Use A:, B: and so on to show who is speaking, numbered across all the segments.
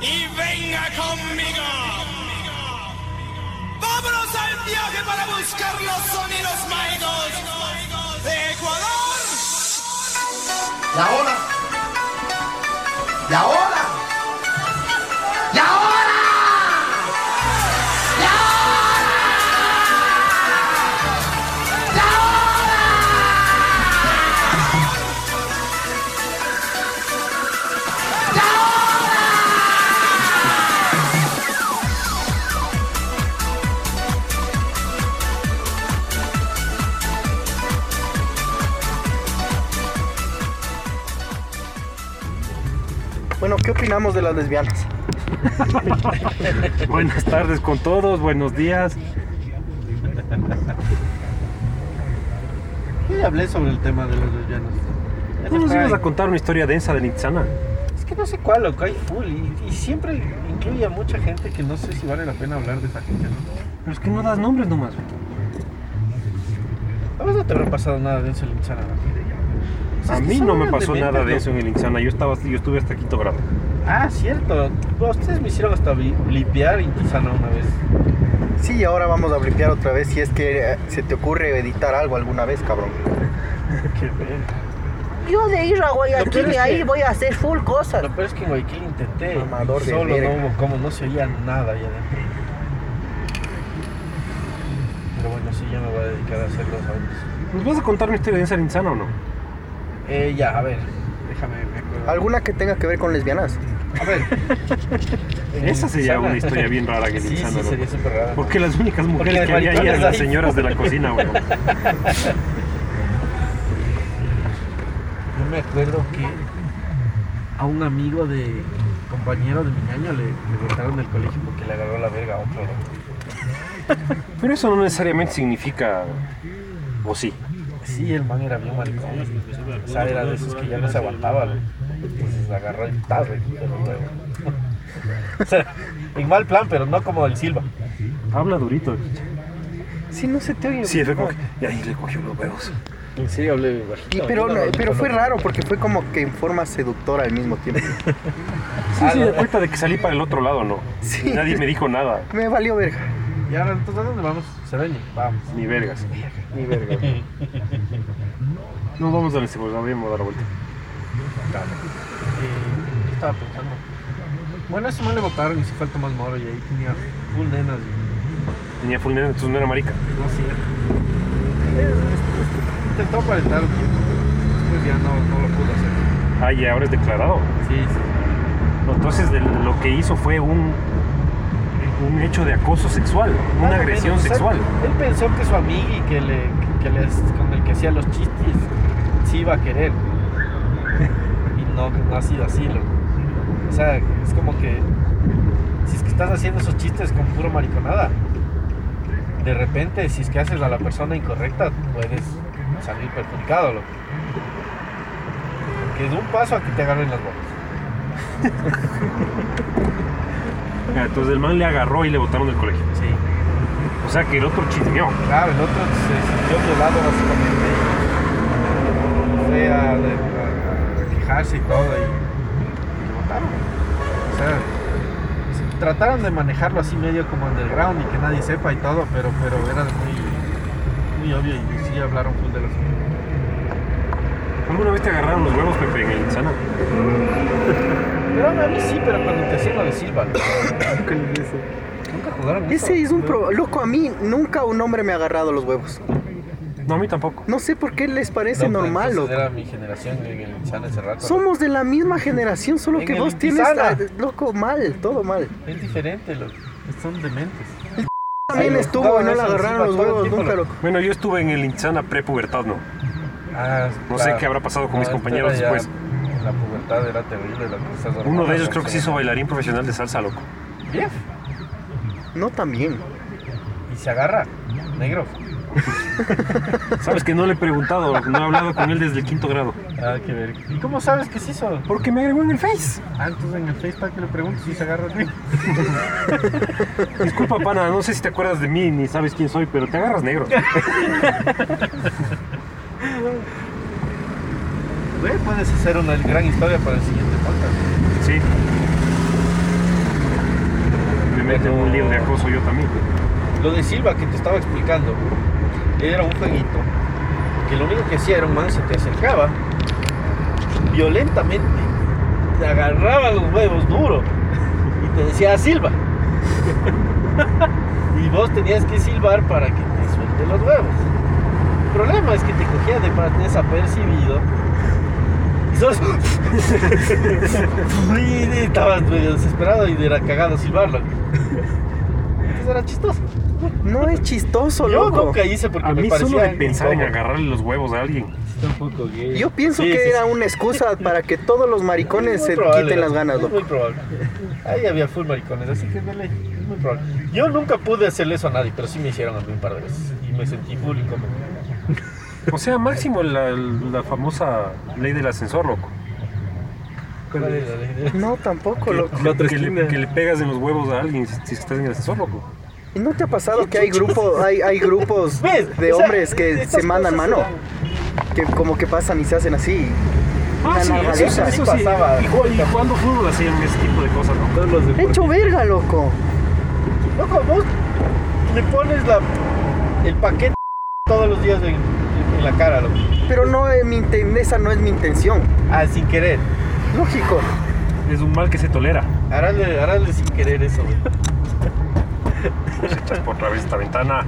A: y venga conmigo. Vámonos al viaje para buscar los sonidos mágicos de Ecuador.
B: La hora. La hora. La hora. La hora. La hora. La hora.
C: Bueno, ¿qué opinamos de las lesbianas?
D: Buenas tardes con todos, buenos días.
E: Yo ya hablé sobre el tema de los lesbianas. Ya
D: No
E: no
D: nos
E: está
D: ibas a
E: ahí.
D: contar una historia densa de Nitzana.
E: Es que no sé cuál, loco, hay full. Y, y siempre incluye a mucha gente que no sé si vale la pena hablar de esa gente, ¿no?
D: Pero es que no das nombres nomás.
E: A vos no te habrá pasado nada de eso, Linchana.
D: A mí no me pasó nada de eso en el Insana. Yo estaba, yo estuve hasta quinto grado.
E: Ah, cierto. Bueno, Ustedes me hicieron hasta bli- blipear Insana una vez.
C: Sí, y ahora vamos a blipear otra vez si es que eh, se te ocurre editar algo alguna vez, cabrón.
E: Qué pena.
F: Yo de ir a Guayaquil
E: peor es
F: y ahí
E: que-
F: voy a hacer full cosas.
E: Lo peor es que en Guayaquil intenté.
C: Mamador de
E: solo no
C: verga.
E: hubo como, no se oía nada allá adentro. Pero bueno, sí, ya me voy a dedicar a hacer los audios.
D: ¿Nos vas a contar una historia densa de Insana o no?
E: Eh, ya, a ver. Déjame, me acuerdo.
C: ¿Alguna que tenga que ver con lesbianas?
E: A ver. Eh,
D: Esa sería
E: Sana.
D: una historia bien rara que el
E: Sí,
D: Insana.
E: sí,
D: ¿no?
E: sería súper rara.
D: Porque las únicas mujeres
E: las
D: que había ahí
E: mariconas
D: eran las
E: ahí.
D: señoras de la cocina, weón.
E: Yo me acuerdo que a un amigo de compañero de mi año le, le botaron del colegio porque le agarró la verga a otro. ¿no?
D: Pero eso no necesariamente significa. O sí.
E: Sí, el man era bien maricón. O sea, era de esos que ya no se aguantaba. ¿no? Entonces agarró el tarro y te lo luego. O sea, en mal plan, pero no como el Silva.
D: Habla durito.
C: Sí, no se te oye.
D: Sí, fue como que- Y ahí le cogió los huevos.
E: En serio hablé
C: Y- pero, no, pero fue raro porque fue como que en forma seductora al mismo tiempo.
D: Sí, sí, de cuenta de que salí para el otro lado, ¿no?
C: Sí.
D: Nadie me dijo nada,
C: Me valió verga.
E: ¿Y ahora entonces a dónde vamos? Sereño, vamos.
D: ni vergas.
C: Ni verga.
D: No vamos a la cebolla, vamos a dar la vuelta.
E: Eh, ¿qué estaba pensando? Bueno, eso me le botaron y se fue al Tomás Moro y ahí tenía full nenas. y-
D: Tenía full nena, entonces no era marica.
E: No sé. Eh, este, Intentó aparentar un tiempo, pero después ya no, no lo pudo hacer.
D: Ah, y ahora es declarado.
E: Sí, sí.
D: No, Entonces de- lo que hizo fue un, un hecho de acoso sexual, una
E: Ah,
D: agresión sexual.
E: Él pensó que su amigo y que le, que, que les- con el que hacía los chistes sí iba a querer. Y no, no ha sido así, loco. O sea, es como que si es que estás haciendo esos chistes con puro mariconada, de repente, si es que haces a la persona incorrecta, puedes salir perjudicado, loco. Porque es un paso a que te agarren las bolas.
D: Ah, Entonces el man le agarró y le botaron del colegio.
E: Sí.
D: O sea que el otro chismeó.
E: Claro, el otro se sintió violado básicamente. y Fue a, a- a quejarse y todo y, y lo botaron. O sea, se- trataron de manejarlo así medio como underground y que nadie sepa y todo, pero, pero era muy, muy obvio y sí hablaron full de los...
D: ¿Alguna vez te agarraron los huevos, Pepe, en el Insana?
E: Pero a mí sí, pero cuando te hacían lo de Silva. Nunca jugaron eso?
C: Ese es un pro... Loco, a mí nunca un hombre me ha agarrado los huevos.
D: No, a mí tampoco.
C: No sé por qué les parece
E: No, pero
C: normal,
E: entonces
C: loco.
E: Era mi generación en el Chan ese rato.
C: Somos de la misma generación, solo
E: En
C: que
E: el
C: vos tienes...
E: Tizana.
C: ah, Loco, mal, todo mal.
E: Es diferente, loco. Son dementes.
C: También
E: Ahí
C: estuvo y no le
E: jugaban eso
C: agarraron
E: encima
C: los
E: todo el
C: huevos
E: tiempo,
C: nunca,
E: loco.
C: loco.
D: Bueno, yo estuve en el Insana pre-pubertad, ¿no?
E: Ah,
D: No
E: claro.
D: sé qué habrá pasado con mis
E: No, esto
D: compañeros
E: era ya-
D: después.
E: La pubertad era terrible. la cosa es
D: Uno
E: hormonal,
D: de ellos
E: no
D: creo que se
E: sé.
D: hizo bailarín profesional de salsa, loco.
E: Bien.
C: No también.
E: Y se agarra, negro.
D: Sabes que no le he preguntado, no he hablado con él desde el quinto grado.
E: Ah, qué ver. ¿Y cómo sabes que se hizo?
D: Porque me agregó en el Face.
E: Ah, entonces en el Facebook que le preguntes si se agarra negro.
D: Disculpa, pana, no sé si te acuerdas de mí ni sabes quién soy, pero te agarras negro.
E: Güey, puedes hacer una gran historia para el siguiente podcast.
D: Sí. meto en un lío de acoso yo también.
E: Lo de Silva que te estaba explicando era un jueguito que lo único que hacía era un man se te acercaba violentamente, te agarraba los huevos duro y te decía "Ah, Silva. y vos tenías que silbar para que te suelte los huevos. El problema es que te cogía de más desapercibido. Y sos- y estabas medio desesperado y era cagado silbarlo. Entonces era chistoso.
F: No es chistoso,
E: Yo
F: loco.
E: nunca hice porque
D: A
E: me
D: mí
E: parecía
D: solo de pensar en
E: incómodo.
D: agarrarle los huevos a alguien.
E: Tampoco gay.
F: Yo pienso
E: Sí,
F: que
E: sí,
F: era
E: sí.
F: una excusa para que todos los
E: Es
F: maricones
E: muy
F: se
E: probable,
F: quiten las
E: loco,
F: ganas,
E: es
F: loco.
E: muy probable. Ahí había full maricones, así que dale, es muy probable. Yo nunca pude hacerle eso a nadie, pero sí me hicieron a mí un par de veces. Y me sentí full incómodo.
D: O sea, máximo la, la famosa ley del ascensor, loco.
E: ¿Cuál es la ley de-
F: No, tampoco, loco.
D: Que, que le, que le pegas en los huevos a alguien si, si estás en el ascensor, loco.
F: ¿Y no te ha pasado que hay grupos, hay, hay grupos
E: ¿Ves?
F: de
E: O sea,
F: hombres que
E: estas
F: se mandan
E: cosas
F: mano?
E: eran-
F: Que como que pasan y se hacen así. Una
D: Ah, eso,
F: nalgadita.
D: eso sí.
E: Pasaba.
D: Y, jug- y jugando fútbol hacían ese tipo de cosas, ¿no?
F: Hecho verga, loco.
E: Loco, vos le pones la, el paquete todos los días en, en la cara, loco.
F: Pero no, es mi inten- esa no es mi intención.
E: Ah, sin querer.
F: Lógico.
D: Es un mal que se tolera.
E: Harásle, harásle sin querer eso, güey.
D: Se echas por otra vez esta ventana.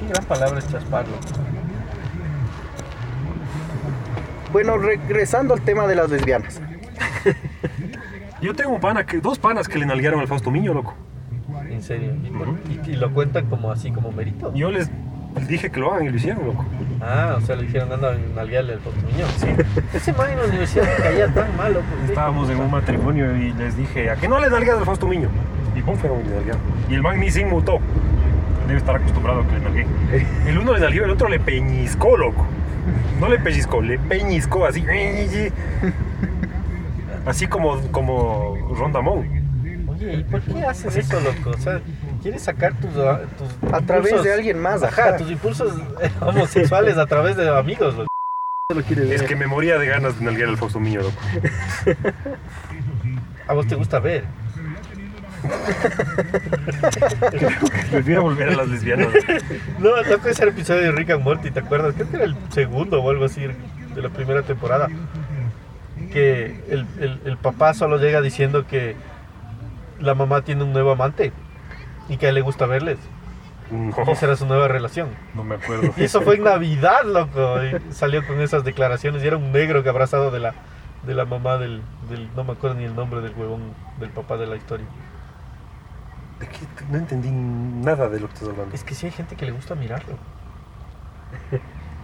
E: Qué gran palabra es chasparlo.
F: Bueno, regresando al tema de las lesbianas.
D: Yo tengo un pana que, dos panas que le nalguearon al Fausto Miño, loco.
E: En serio. Y, y- y lo cuentan como así, como mérito.
D: Yo les dije que lo hagan y lo hicieron, loco.
E: Ah, o sea, le dijeron anda a guiarle al Potumiño. Sí. Ese man en la universidad me caía tan malo. pues,
D: Estábamos en un matrimonio y les dije, ¿a qué no le nalgueas al Fausto Miño? Y pum, fueron y le nalguearon. Y el man ni se inmutó. Debe estar acostumbrado a que le nalguen. El uno le nalgueó, el otro le peñiscó, loco. No le pellizcó, le peñiscó así. "Eh, Así como, como Rondamón.
E: Oye, ¿y por qué haces eso, loco? O sea, quieres sacar tus... ah, tus
F: A través
E: impulsos-
F: de alguien más,
E: Ajá,
F: ajá.
E: tus impulsos eh, homosexuales a través de amigos, loco.
D: Es que me moría de ganas de nalguear al Fausto Miño, loco.
E: A vos te gusta ver.
D: Prefiero volver a las lesbianas.
E: No, loco, ese era el episodio de Rick and Morty, ¿te acuerdas? Creo que era el segundo o algo así de la primera temporada. Que el, el- el papá solo llega diciendo que la mamá tiene un nuevo amante y que a él le gusta verles.
D: No,
E: Y esa era su nueva relación.
D: no me acuerdo.
E: Y eso fue en Navidad, loco. Y salió con esas declaraciones. Y era un negro que abrazado de la, de la mamá del, del- No me acuerdo ni el nombre del huevón, del papá de la historia.
D: ¿De qué? No entendí nada de lo que estás hablando.
E: Es que sí hay gente que le gusta mirarlo.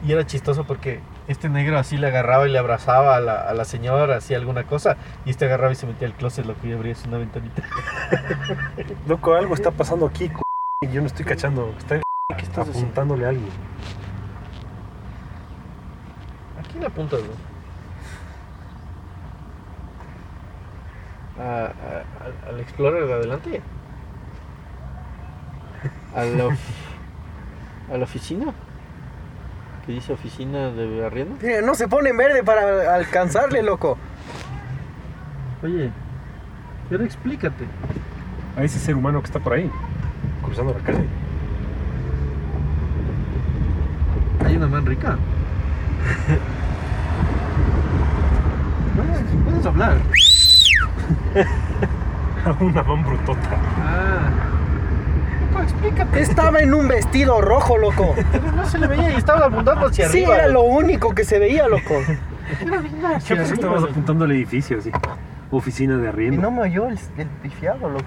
E: Y era chistoso porque este negro así le agarraba y le abrazaba a la, a la señora, hacía alguna cosa. Y este agarraba y se metía al closet, loco, y abría así una ventanita.
D: Loco, algo está pasando aquí. c******, y Yo no estoy cachando. Está
E: ¿Qué estás haciendo?
D: apuntándole a alguien.
E: Aquí le apuntas, ¿no? A- a- Ah, al- al Explorer de adelante. A la, of- a la oficina. ¿Qué dice oficina de arriendo?
F: Mira, No se pone en verde para alcanzarle, loco.
E: Oye, pero explícate.
D: A ese ser humano que está por ahí, cruzando la calle.
E: Hay una man rica. Bueno, si puedes hablar.
D: A una van brutota.
E: Ah. Opa, explícate.
F: Estaba en un vestido rojo, loco.
E: Pero no se le veía y estaba apuntando hacia
F: Sí,
E: arriba.
F: era lo único que se veía, loco.
D: Yo pensé que estabas apuntando al edificio, así. Oficina de
F: Y
D: arriendo.
F: no me oyó el, el pifiado, loco.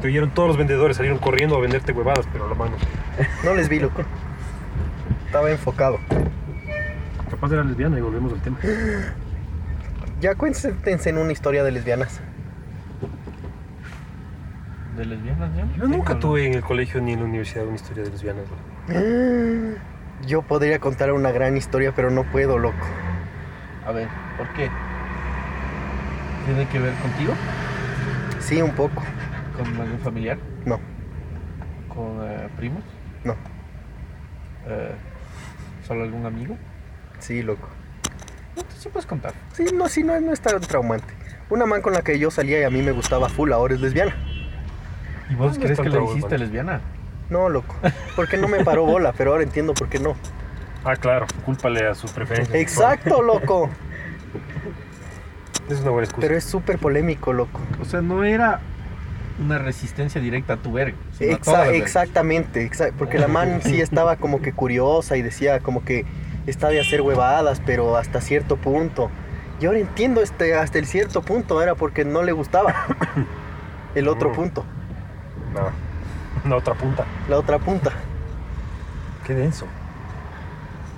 D: Te oyeron todos los vendedores, salieron corriendo a venderte huevadas, pero la mano.
F: No les vi, loco. Estaba enfocado.
D: Capaz era lesbiana y volvemos al tema.
F: Ya cuéntense en una historia de lesbianas.
E: De lesbianas, ¿ya?
D: Yo nunca tuve en el colegio ni en la universidad una historia de lesbianas. ¿no?
F: Yo podría contar una gran historia, pero no puedo, loco.
E: A ver, ¿por qué? ¿Tiene que ver contigo?
F: Sí, un poco.
E: ¿Con algún familiar?
F: No,
E: ¿Con eh, primos?
F: no.
E: Eh, ¿Solo algún amigo?
F: Sí, loco.
E: No, tú sí puedes contar.
F: Sí, no, sí, no, no es tan traumante. Una man con la que yo salía y a mí me gustaba full, ahora es lesbiana.
E: ¿Y vos
D: No
E: crees
D: es
E: que
D: tanta
E: le
D: voz,
E: hiciste
D: man.
E: lesbiana?
F: No, loco. Porque no me paró bola, pero ahora entiendo por qué no.
D: Ah, claro, cúlpale a sus preferencias.
F: Exacto, loco.
D: Es una buena excusa.
F: Pero es súper polémico, loco.
E: O sea, no era una resistencia directa a tu verga. sino a
F: Exa-
E: todas las vergas.
F: exactamente, exa- porque la man sí estaba como que curiosa y decía como que está de hacer huevadas, pero hasta cierto punto. Y ahora entiendo este, hasta el cierto punto era porque no le gustaba el otro
D: Mm.
F: punto,
D: No. La otra punta.
F: la otra punta.
D: Qué denso.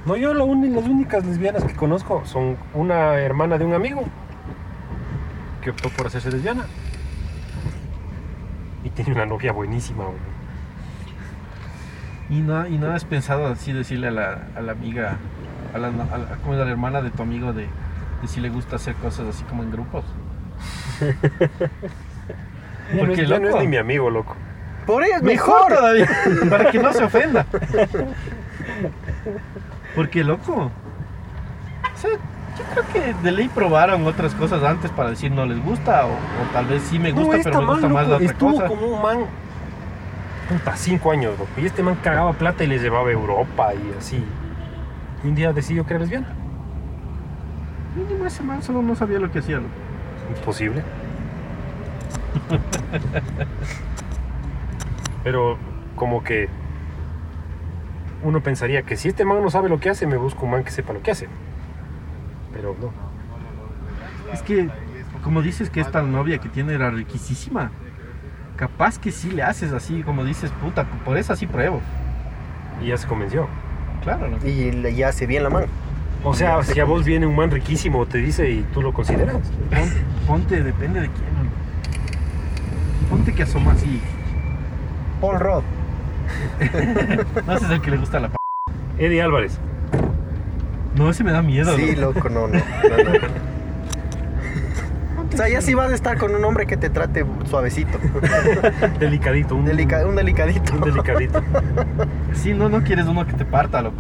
D: No, yo la uni- las únicas lesbianas que conozco son una hermana de un amigo que optó por hacerse lesbiana. Y tiene una novia buenísima, güey.
E: ¿Y no, y no has pensado así decirle a la, a la amiga, a la, a la- ¿cómo es? a la hermana de tu amigo de, de si le gusta hacer cosas así como en grupos?
D: Ya no,
E: Porque,
D: es, ya no es
E: loco.
D: ni mi amigo, loco.
F: Por ahí es
E: Mejor
F: mejor.
E: todavía, para que no se ofenda. Porque loco. O sea, yo creo que de ley probaron otras cosas antes para decir no les gusta o, o tal vez sí me
D: no,
E: gusta,
D: esta
E: pero me gusta
D: man,
E: más la
D: loco,
E: otra
D: estuvo
E: cosa.
D: como un man, puta, cinco años, loco. Y este man cagaba plata y les llevaba a Europa y así. Y un día decidió que era lesbiana.
E: Mínimo ese man solo no sabía lo que hacía. loco.
D: Imposible. Pero como que uno pensaría que si este man no sabe lo que hace, me busco un man que sepa lo que hace. Pero no.
E: Es que, como dices que esta novia que tiene era riquísima, capaz que sí le haces así, como dices, puta, por eso sí pruebo.
D: Y ya se convenció.
E: Claro, ¿no?
F: Y le- ya hace bien la mano.
D: O sea, si a vos viene un man riquísimo, te dice y tú lo consideras.
E: Ponte, ponte, depende de quién. ¿no? Ponte que asoma así.
F: Paul Rod.
E: No ese es el que le gusta la p.
D: Eddie Álvarez.
E: No, ese me da miedo.
F: Sí,
E: ¿no?
F: loco, no, no. no, no. O sea, ya sí vas a estar con un hombre que te trate suavecito,
D: Delicadito. Un,
F: delica- un delicadito.
D: un delicadito.
E: Sí, no, no quieres uno que te parta, loco.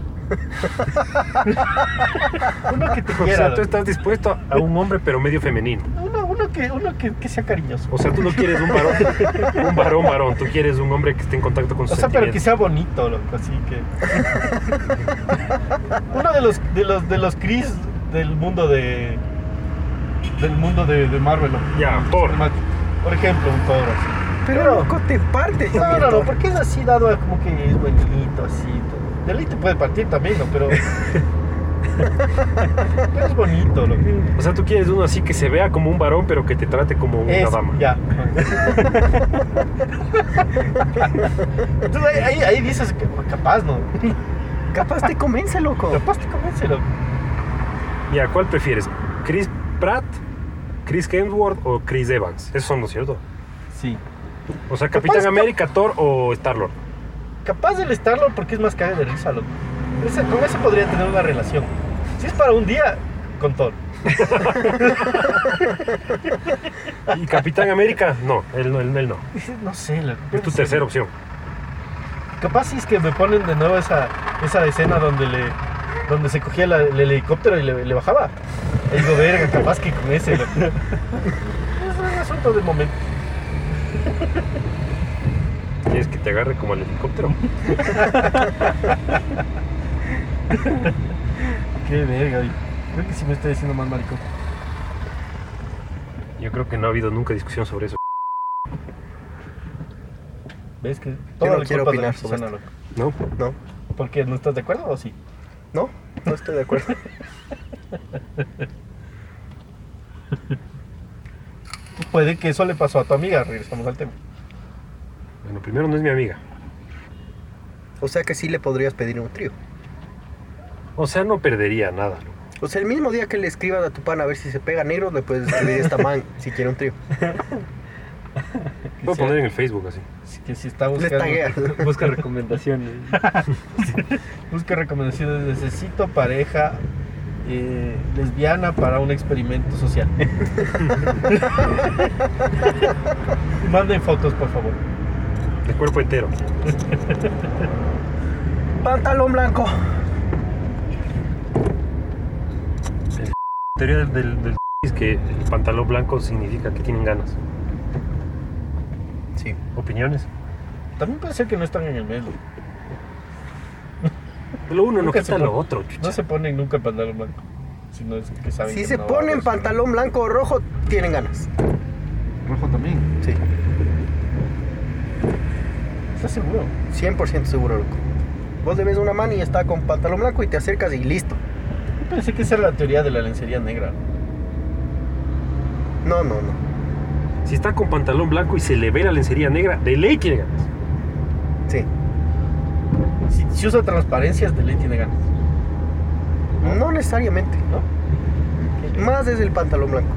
E: uno que te
D: O
E: quiera.
D: sea, tú
E: loco.
D: estás dispuesto a un hombre, pero medio femenino.
E: Uno, uno que, uno que, que sea cariñoso.
D: O sea, tú no quieres un varón, un varón, varón. Tú quieres un hombre que esté en contacto con
E: O
D: sus
E: sea, pero que
D: sentimientos.
E: sea bonito, loco, así que. Uno de los de los de los Chris del mundo de. Del mundo de, de Marvel, loco.
D: Ya, Thor.
E: Por ejemplo, un Thor así.
F: Pero loco, te parte
E: No,
F: también,
E: no, no,
F: Thor.
E: porque es así dado a como que es bonito, así. todo. De ley te puede partir también, ¿no? Pero. pero es bonito, loco.
D: O sea, tú quieres uno así que se vea como un varón, pero que te trate como una
E: Eso,
D: dama.
E: ya. Entonces ahí, ahí, ahí dices que capaz, ¿no?
F: Capaz te convence, loco.
E: Capaz te convence, loco.
D: Ya, ¿cuál prefieres? ¿Chris Pratt, Chris Hemsworth o Chris Evans? Esos son los ciertos.
E: Sí.
D: O
E: Pues,
D: sea, Capitán
E: Capaz-
D: América, Thor o Star-Lord.
E: Capaz del estarlo porque es más caga de risa, loco. Ese- con ese podría tener una relación. Si es para un día, con Thor.
D: Y Capitán América, no, él no, él, él no.
E: No sé, loco.
D: Es tu tercera opción.
E: Capaz si es que me ponen de nuevo esa, esa escena donde le donde se cogía la- el helicóptero y le, le bajaba. Y digo, verga, capaz que con ese, loco. Es un asunto de momento.
D: Quieres que te agarre como al helicóptero.
E: Qué verga, oye. Creo que sí me está diciendo más maricón.
D: Yo creo que no ha habido nunca discusión sobre eso.
E: ¿Ves que
F: no quiero
E: la culpa de la
F: opinar sobre
E: persona, loco?
D: ¿No?
F: No,
E: ¿Por qué? ¿No estás de acuerdo o sí?
F: no, no estoy de acuerdo.
E: Puede que eso le pasó a tu amiga, regresamos al tema.
D: Bueno, primero no es mi amiga.
F: O sea que sí le podrías pedir un trío.
D: O sea, no perdería nada. loco.
F: O sea, el mismo día que le escribas a tu pan a ver si se pega negro, le puedes escribir a esta man si quiere un trío.
D: Voy a poner en el Facebook así.
E: Así que si está
F: Le
E: buscando.
F: tagueas.
E: Busca recomendaciones. busca recomendaciones. Necesito pareja eh, lesbiana para un experimento social. Manden fotos, por favor.
D: De cuerpo entero.
F: Pantalón blanco.
D: Teoría del, del, del es que el pantalón blanco significa que tienen ganas.
F: Sí.
D: Opiniones.
E: También puede ser que no están en el medio.
D: Lo uno no
E: Nunca se
D: quita lo
E: pone-
D: otro, chucha.
E: No se ponen nunca pantalón blanco. Sino es que saben
F: Si
E: que
F: se
E: no va a
F: ponen
E: haber-
F: pantalón blanco o rojo, tienen ganas.
E: Rojo también.
F: Sí.
E: ¿Estás seguro?
F: 100% seguro, loco. Vos le ves a una man y está con pantalón blanco y te acercas y listo.
E: Yo pensé que esa era la teoría de la lencería negra.
F: No, no, no.
D: Si está con pantalón blanco y se le ve la lencería negra, de ley tiene ganas.
F: Sí.
E: Si, si usa transparencias, de ley tiene ganas.
F: No necesariamente.
E: ¿No?
F: Más es el pantalón blanco.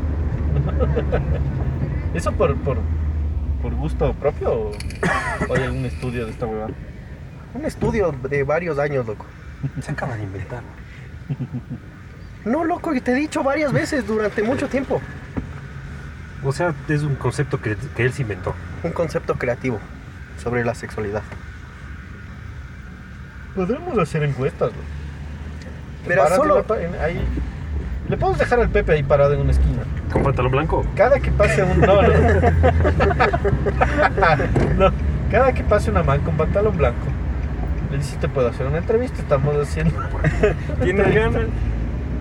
E: ¿Eso por, por, por gusto propio o, o hay algún estudio de esta huevada?
F: Un estudio de varios años, loco.
D: Se acaba de inventar.
F: No, loco, y te he dicho varias veces durante mucho tiempo.
D: O sea, es un concepto que, que él se inventó.
F: Un concepto creativo sobre la sexualidad.
E: Podremos hacer encuestas, güey.
F: Pero
E: Paras
F: solo-
E: en la pa- en- ahí. Le podemos dejar al Pepe ahí parado en una esquina.
D: ¿Con pantalón blanco?
E: Cada que pase un. No, no. No, Cada que pase una man con pantalón blanco, le dice: Te puedo hacer una entrevista. Estamos haciendo.
D: Tiene
E: entrevista
D: ganas.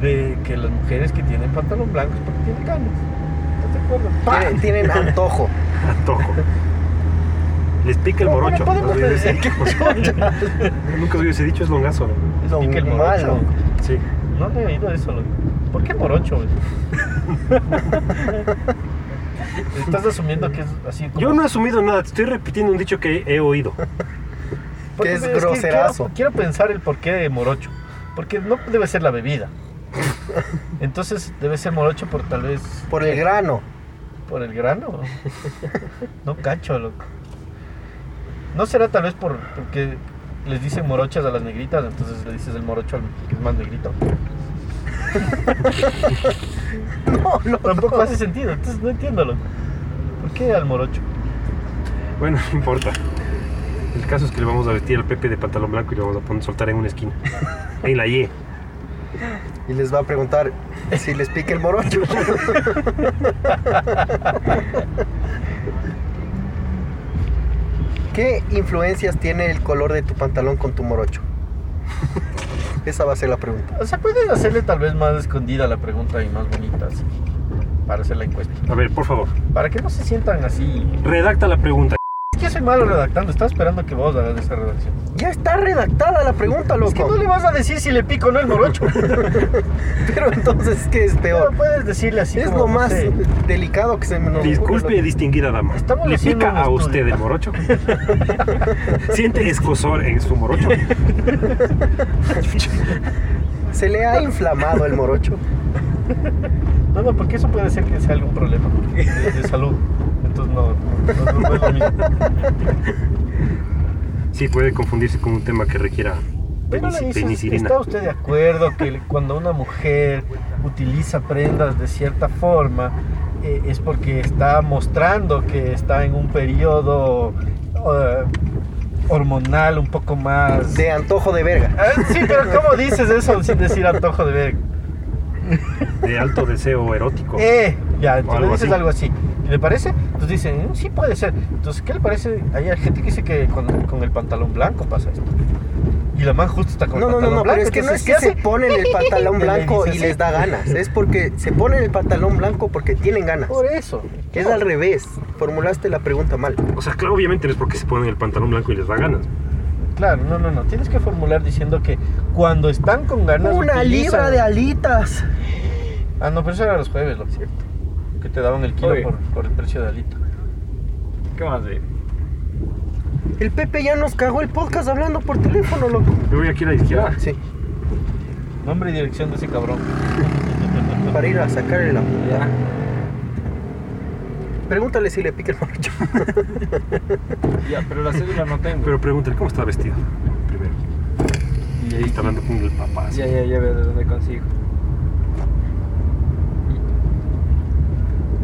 E: De que las mujeres que tienen pantalón blanco es porque tienen ganas. ¿Estás de acuerdo?
F: Tienen, tienen antojo.
D: Antojo. Les pica el
E: No,
D: morocho.
E: bueno, podemos
D: ¿Has oído ese
E: decir
D: dicho? Nunca os ese dicho, es longazo. ¿no?
F: Lo
E: Pica el
F: malo.
E: morocho.
D: Sí.
E: No le he oído eso. loco. ¿Por qué morocho? güey? Estás asumiendo que es así. como-
D: Yo no he asumido nada, te estoy repitiendo un dicho que he oído.
E: Porque
F: es
E: quiero-
F: groserazo.
E: Quiero, pensar el porqué de morocho. Porque no debe ser la bebida. Entonces debe ser morocho por tal vez
F: Por el grano.
E: por el grano. No cacho, loco. No será tal vez por porque les dicen morochas a las negritas, entonces le dices el morocho al que es más negrito.
F: No, no.
E: Tampoco hace sentido, entonces no entiendo, loco. ¿Por qué al morocho?
D: Bueno, no importa. El caso es que le vamos a vestir al Pepe de pantalón blanco y lo vamos a poner, soltar en una esquina. En la Y.
F: Y les va a preguntar si les pica el morocho. ¿Qué influencias tiene el color de tu pantalón con tu morocho? Esa va a ser la pregunta.
E: O sea, puedes hacerle tal vez más escondida la pregunta y más bonita, así, para hacer la encuesta.
D: A ver, por favor,
E: Para que no se sientan así
D: redacta la pregunta.
E: Es que soy malo redactando, estaba esperando que vos hagas esa redacción.
F: Ya está redactada la pregunta, loco.
E: Es que no le vas a decir si le pico o no el morocho.
F: Pero entonces, ¿qué es
E: Pero
F: peor?
E: puedes decirle así.
F: es
E: pues, como,
F: lo
E: no
F: más
E: sé,
F: delicado que se me nos ocurre,
D: Disculpe,
F: loco.
D: distinguida dama.
E: Estamos
D: ¿Le
E: haciendo
D: pica
E: un
D: a
E: estudio.
D: usted el morocho? ¿Siente escosor en su morocho?
F: ¿Se le ha inflamado el morocho?
E: No, no, porque eso puede ser que sea algún problema de, de salud. Entonces no, no, no, no es lo mismo.
D: Sí, puede confundirse con un tema que requiera
E: Pero le
D: penici-
E: dices,
D: penicilina.
E: ¿está usted de acuerdo que le- cuando una mujer utiliza prendas de cierta forma eh, es porque está mostrando que está en un periodo eh, hormonal un poco más...
F: De antojo de verga.
E: Ah, Sí, pero ¿cómo dices eso sin decir antojo de ver?
D: De alto deseo erótico.
E: Eh, ya, entonces
D: algo
E: le dices
D: así.
E: algo así. ¿Y le parece? Entonces dicen, "Mm, sí puede ser. Entonces, ¿qué le parece? Hay gente que dice que con, con el pantalón blanco pasa esto. Y la man justo está con
F: No,
E: el
F: no, no,
E: pantalón
F: no,
E: blanco.
F: pero es que no es
E: entonces,
F: que se
E: ¿qué hace?
F: ponen el pantalón
E: Le
F: blanco
E: dices
F: y
E: así.
F: les da ganas. Es porque se ponen el pantalón blanco porque tienen ganas.
E: Por eso.
F: Es al revés. Formulaste la pregunta mal.
D: O sea, claro, obviamente no es porque se ponen el pantalón blanco y les da ganas.
E: Claro, no, no, no. Tienes que formular diciendo que cuando están con ganas.
F: Una
E: utilizan-
F: libra de alitas.
E: Ah, no, pero eso era los jueves, lo cierto. Que te daban el kilo
G: Oye.
E: por, por el precio de alita.
G: ¿Qué más, güey?
F: El Pepe ya nos cagó el podcast hablando por teléfono, loco. Ah,
D: Me voy aquí a la izquierda.
F: Sí,
E: Nombre y dirección de ese cabrón.
F: para ir a sacar el agua.
E: Ya.
F: Pregúntale si le pica el morocho.
G: Ya, pero la cédula no tengo.
D: Pero pregúntale, ¿cómo está vestido? Primero.
G: y ahí,
D: Está hablando con el papá. así.
G: ya, ya, ya veo de dónde consigo.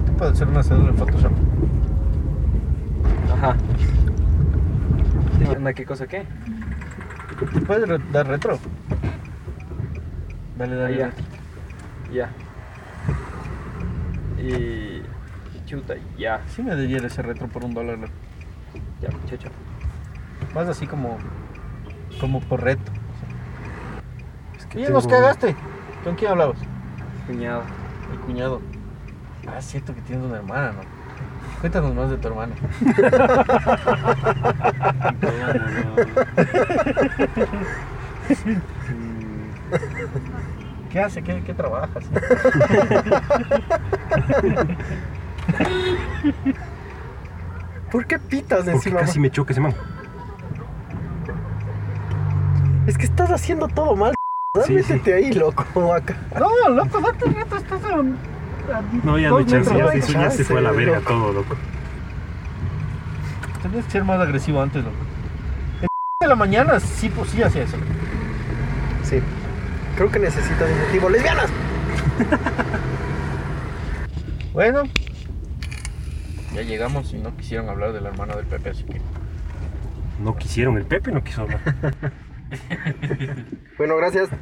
E: Tú puedes hacer una cédula en Photoshop.
G: Ajá. ¿Qué onda? ¿Qué cosa qué?
E: ¿Puedes re- dar retro? Dale, dale.
G: Ah, ya.
E: retro.
G: Ya. Y. y Chuta, ya,
E: Sí me debiera ese retro por un dólar. loco.
G: ya, muchacho.
E: Más así como, como por reto.
D: Es
E: Y nos
D: tengo-
E: cagaste. ¿Con quién hablabas?
G: Cuñado.
E: El cuñado. Ah, es cierto que tienes una hermana, ¿no? Cuéntanos más de tu hermana. ¿Qué hace? ¿Qué, qué trabajas?
F: ¿Por qué pitas
D: Porque
F: encima?
D: casi me choca ese man.
F: Es que estás haciendo todo mal.
D: Sí,
F: Métete ahí, loco, acá.
E: No, loco, no te reto, estás a, a
D: No, ya no
E: dos
D: hay chance,
E: metros.
D: ya, eso ya se fue a la verga
F: loco.
D: todo, loco.
E: Tenías que ser más agresivo antes, loco. El de la mañana sí, pues sí hacía eso.
F: Sí. Creo que necesitas un motivo. ¡Lesbianas!
E: Bueno, ya llegamos y no quisieron hablar de la hermana del Pepe, así que.
D: No quisieron, el Pepe no quiso hablar.
F: Bueno, gracias.